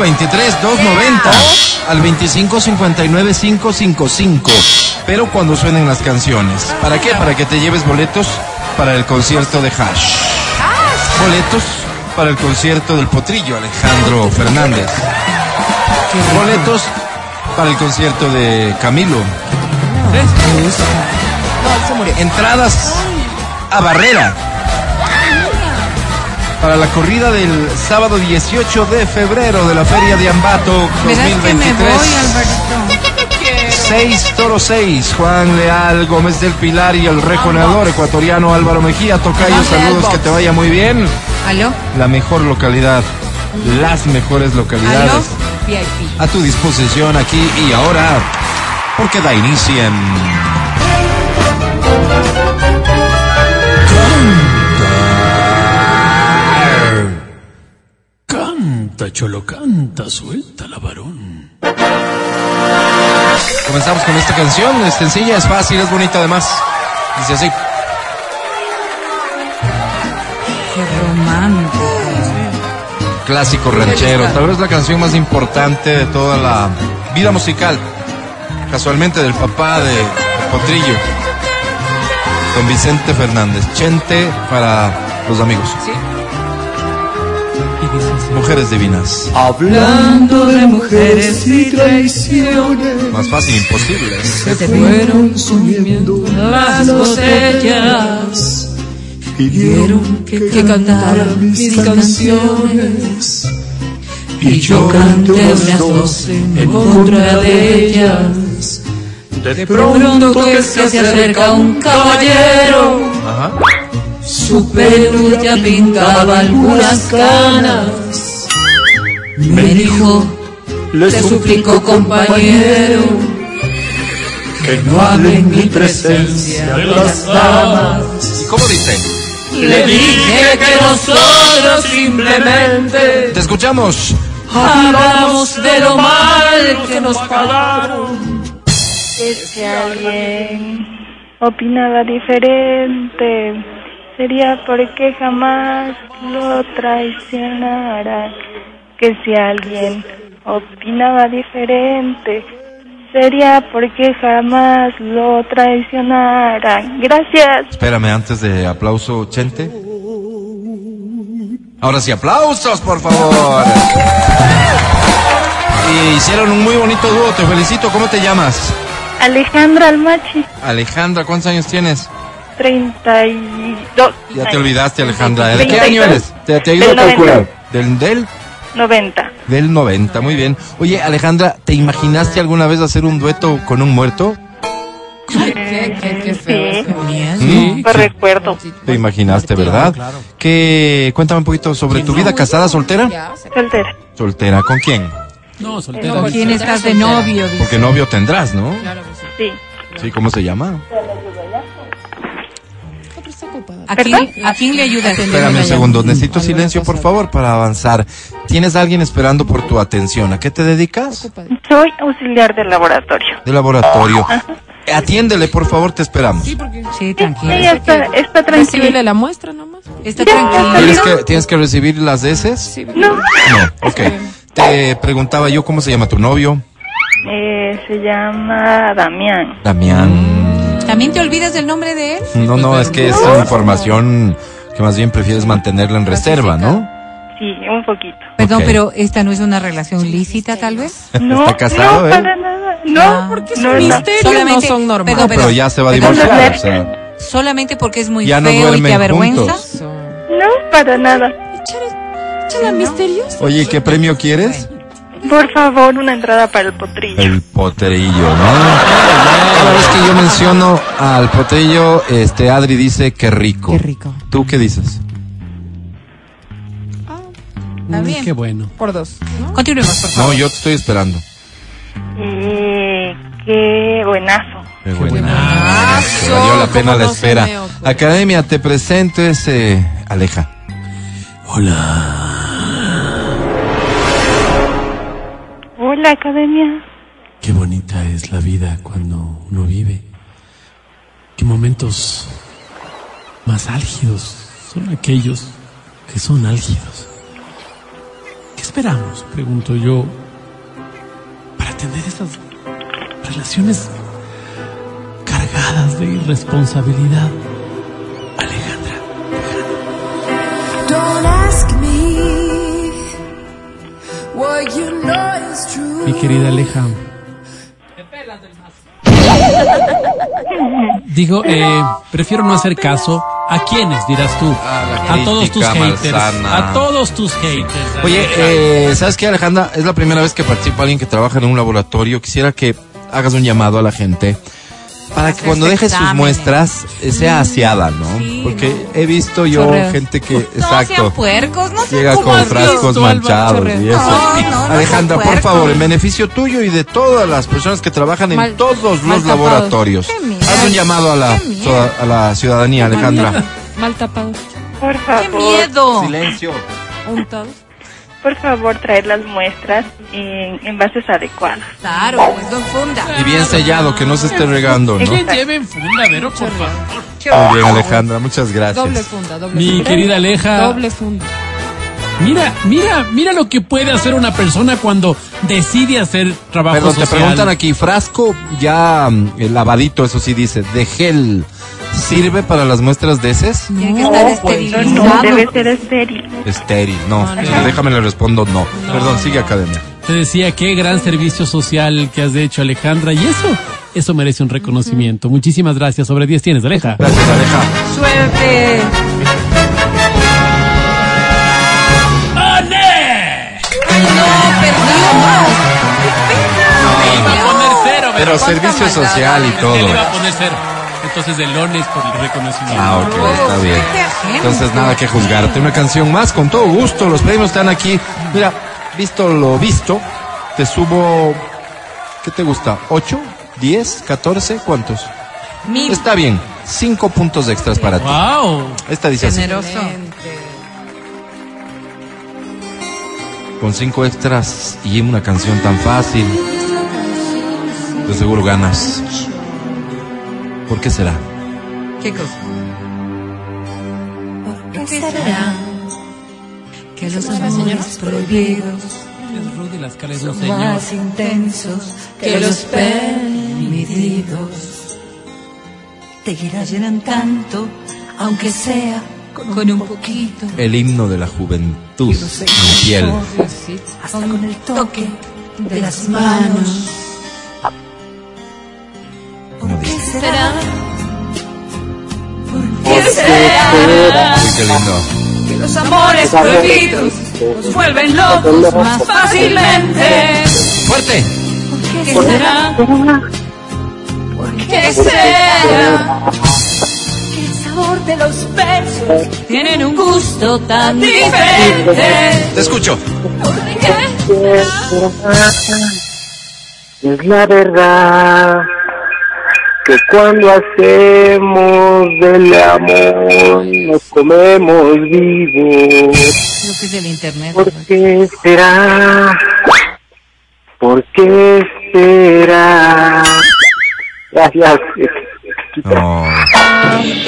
2523-290 al 2559-555. Pero cuando suenen las canciones. ¿Para qué? Para que te lleves boletos para el concierto de Hash. Boletos para el concierto del Potrillo, Alejandro Fernández. Boletos para el concierto de Camilo. No, se murió. Entradas a barrera. Para la corrida del sábado 18 de febrero de la Feria de Ambato Verás que me 2023. voy, Alberto. Seis toro 6, Juan Leal, Gómez del Pilar y el rejonador ecuatoriano Álvaro Mejía. Tocayo, Vamos, saludos, Leal, que te vaya muy bien. ¿Aló? La mejor localidad, las mejores localidades ¿Aló? VIP. a tu disposición aquí y ahora, porque da inicio en... Canta, cholo, canta, suelta la varón. Comenzamos con esta canción, es sencilla, es fácil, es bonita además. Dice así. Qué romántico. clásico ranchero, tal vez la canción más importante de toda la vida musical, casualmente del papá de Potrillo, don Vicente Fernández, Chente para los amigos. Mujeres divinas, Hablando de mujeres y traiciones, más fácil imposible. se fueron sumiendo las botellas. Pidieron que cantara mis canciones. Y yo canté unas dos en contra de ellas. De pronto que se acerca un caballero. Ajá. Su pelo ya pintaba algunas canas. Me dijo, le suplico compañero, que no hable en mi presencia de las damas. ¿Y cómo dice? Le dije que nosotros simplemente Te escuchamos. hablamos de lo mal que nos pagaron. Es que alguien opinaba diferente. Sería porque jamás lo traicionara. Que si alguien opinaba diferente, sería porque jamás lo traicionara. Gracias. Espérame antes de aplauso, Chente. Ahora sí, aplausos, por favor. Y hicieron un muy bonito dúo, te felicito. ¿Cómo te llamas? Alejandra Almachi, Alejandra, ¿cuántos años tienes? 32. Ya te olvidaste, Alejandra. ¿De qué 32. año eres? Te, te ayudo Del a calcular. Del, del, 90. del 90, muy bien. Oye, Alejandra, ¿te imaginaste alguna vez hacer un dueto con un muerto? Qué, qué, qué feo Sí, eso. Sí, sí, lo recuerdo. Te imaginaste, ¿verdad? Que cuéntame un poquito sobre tu vida, casada, soltera. Ya, se- Soltera. Soltera, ¿con quién? No, soltera. ¿Con quién estás de novio? Dice. Porque novio tendrás, ¿no? Claro que sí. Sí. Sí, ¿cómo se llama? ¿A quién, ¿A quién le ayudas? Espérame un segundo, necesito silencio por favor para avanzar. ¿Tienes a alguien esperando por tu atención? ¿A qué te dedicas? Soy auxiliar del laboratorio. De laboratorio. Atiéndele, por favor, te esperamos. Sí, Ella tranquila. está, está tranquila. la muestra nomás. Está Ya, tranquila. ¿Tienes que, tienes que recibir las heces? No. No, ok. Te preguntaba yo cómo se llama tu novio. Eh, se llama Damián. Damián. ¿También te olvidas del nombre de él? No, no, es que es información que más bien prefieres mantenerla en reserva, ¿no? Sí, un poquito. Perdón, Ok. pero esta no es una relación lícita, tal vez. No, Está casado, no, ¿eh? para nada. No, Ah. porque es no, un no. misterio. Ellos no son normales. perdón, Pero perdón. ya se va a Perdón, divorciar. perdón. o sea, Solamente porque es muy Ya no feo y te duermen avergüenza. juntos. No, para nada. Chala misteriosa. Oye, ¿qué premio quieres? Por favor, una entrada para el potrillo. El potrillo, ¿no? Cada vez que yo menciono al potrillo, este Adri dice que rico. Qué rico. ¿Tú qué dices? Está bien. Qué bueno. Por dos. Continuemos, por No, favor. yo te estoy esperando. Eh, qué buenazo. Qué buenazo. Valió la pena ¿Cómo la no se pues? espera. me ocurre? Academia, te presento ese Aleja. Hola. Hola, academia. Qué bonita es la vida cuando uno vive. Qué momentos más álgidos son aquellos que son álgidos. ¿Qué esperamos? Pregunto yo. Para tener esas relaciones cargadas de irresponsabilidad. Alejandra. Don't ask me what you know is true. Mi querida Aleja. Digo, eh, prefiero no hacer caso. ¿A quiénes dirás tú? A la A todos tus crítica haters. malsana. A todos tus haters. Oye, eh, ¿sabes qué, Alejandra? Es la primera vez que participa alguien que trabaja en un laboratorio. Quisiera que hagas un llamado a la gente para que Hacerse cuando deje sus exámenes. muestras eh, Mm, sea aseada, ¿no? Sí, Porque he visto yo Chorreos. gente que, Pues No sean exacto, puercos, no sean llega como con así. frascos Alba, manchados chorreo. y eso. No, no, no Alejandra, sean por puercos. favor, en beneficio tuyo y de todas las personas que trabajan en Mal- todos los mal tapados. laboratorios, Qué miedo. haz un llamado a la, Qué miedo. a la ciudadanía, Alejandra. Mal tapados, Por ¡Qué favor, miedo! Silencio. untados. por favor, traer las muestras en envases adecuados. Claro, pues no funda. Y bien sellado, que no se esté regando, ¿no? Exacto. Lleven funda, Vero, por favor. Muy bien, Alejandra, muchas gracias. Doble funda, doble Mi funda. querida Aleja. Doble funda. Mira, mira, mira lo que puede hacer una persona cuando decide hacer trabajo Perdón, social. te preguntan aquí, frasco ya mm, eh, lavadito, eso sí dice, de gel, ¿sirve para las muestras de heces? Tiene que pues, estar No, esterilizado. no, debe ser estéril. Estéril, no. Déjame le respondo no. Perdón, sigue academia. Te decía, qué gran servicio social que has hecho, Alejandra, y eso, eso merece un reconocimiento. Muchísimas gracias. Sobre 10 tienes, Aleja. Gracias, Aleja. Suerte. ¡Ay, no! Perdimos. Iba a poner cero, Pero servicio maldad, social y Aleja. todo. Él iba ¿eh? a poner cero. Entonces, de lones por el reconocimiento. Ah, ok, está bien. Entonces, nada que juzgarte. Una canción más, con todo gusto. Los premios están aquí. Mira, visto lo visto, te subo. ¿Qué te gusta? ¿8? ¿10? ¿14? ¿Cuántos? Mil. Está bien. 5 puntos extras para ti. Wow. Esta dice así. Generoso. Con cinco extras y una canción tan fácil, de seguro ganas. ¿Por qué será? ¿Qué cosa? ¿Por qué será que los amores prohibidos Es Rudy Las Cales, un son señor. más intensos que los permitidos? Te llenan tanto, aunque sea con un poquito, El himno de la juventud, mi piel. hasta con el toque de las manos. ¿Cómo dice? ¿Será? Uy, qué lindo. Los amores prohibidos nos vuelven locos más fácilmente. ¡Fuerte! ¿Qué será? ¿Qué será? El sabor de los besos. Tienen un gusto tan diferente. Te escucho. Es la verdad que cuando hacemos del amor nos comemos vivos. Lo que es el internet. ¿Por qué será? ¿Por qué será? Gracias. No.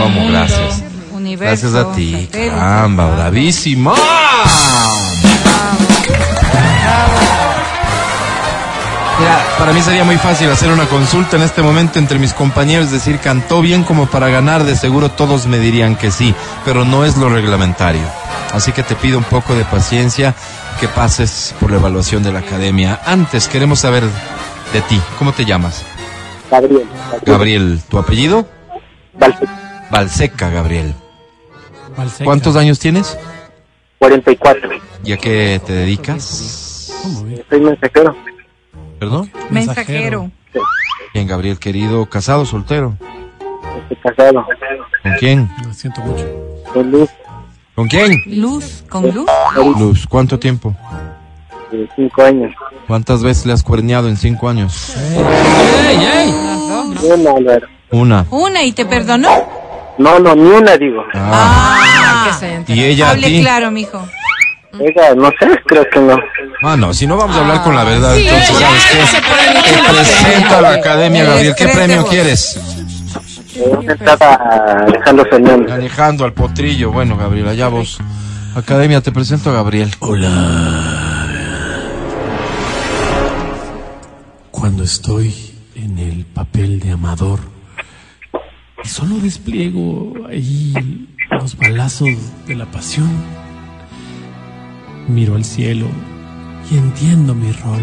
¿Cómo? Gracias. Universo. Gracias a ti. satélite. Caramba, bravísima. Mira, para mí sería muy fácil hacer una consulta en este momento entre mis compañeros, decir, cantó bien como para ganar, de seguro todos me dirían que sí, pero no es lo reglamentario. Así que te pido un poco de paciencia, que pases por la evaluación de la academia. Antes queremos saber de ti, ¿cómo te llamas? Gabriel. Gabriel, ¿tu apellido? Valse- Balseca, Gabriel. Balseca. ¿Cuántos años tienes? 44. ¿Y a qué te dedicas? ¿Cómo ve? Soy mensajero. ¿Perdón? Mensajero. Bien, Gabriel, querido, casado, soltero. Estoy casado. ¿Con quién? Lo siento mucho. Soy Luis, ¿Con quién? Luz. ¿Con luz? Luz, ¿cuánto tiempo? de 5 años. ¿Cuántas veces le has cuerneado en cinco años? ¡Ey, ey! Una, Álvaro. Una. Una y te perdonó. No, no, ni una digo. Ah, Que Ah, se entere. y ella a hable ti. claro, mijo. Oiga, no sé, creo que no. Ah, no, si no vamos a hablar con la verdad, entonces, ¿sabes qué? Te presento a la academia, El Gabriel. ¿Qué estrés de premio vos. quieres? Yo estaba Alejandro Fernández. Alejandro, al potrillo. Bueno, Gabriel, allá vos. Academia, te presento a Gabriel. Hola, cuando estoy en el papel de amador y solo despliego ahí los balazos de la pasión, miro al cielo y entiendo mi rol.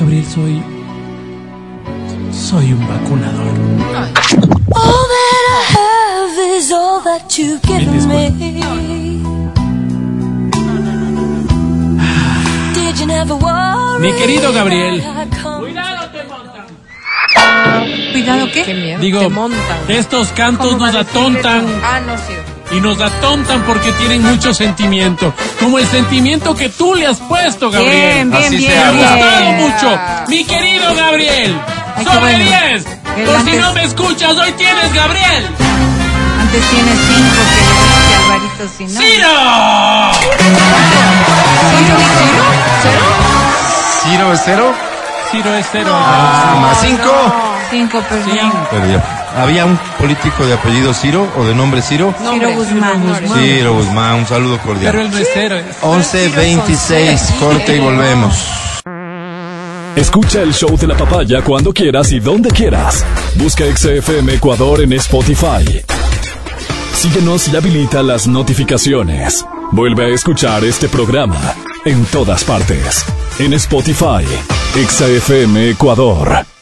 Gabriel, soy. soy un vacunador. All that I have is all that you've given me. Did you never worry? Mi querido Gabriel. that I'd come Cuidado, ¿qué? Qué miedo. Digo, Te montan. estos cantos ¿Cómo va a nos decirle atontan. tú? Ah, no, sí. y nos atontan porque tienen mucho sentimiento, como el sentimiento que tú le has puesto, Gabriel. Bien, bien, así bien. se Me ha habla. gustado bien. mucho, mi querido Gabriel. Ay, qué Sobre bueno. 10. El Por si antes- no me escuchas, hoy tienes Gabriel. Antes tienes cinco que Alvarito, si no. ¡Ciro! ¿Cero? ¿Cero? ¿Ciro es cero? Ciro es cero. Ah, más cinco. Cinco, perdón. Cinco. Pero ya. ¿Había un político de apellido Ciro o de nombre Ciro? Ciro Guzmán. Ciro Guzmán, un saludo cordial. Pero él no es cero. ¿eh? es- 11.26, corte y volvemos. Escucha el show de la papaya cuando quieras y donde quieras. Busca XFM Ecuador en Spotify. Síguenos y habilita las notificaciones. Vuelve a escuchar este programa en todas partes. En Spotify, XFM Ecuador.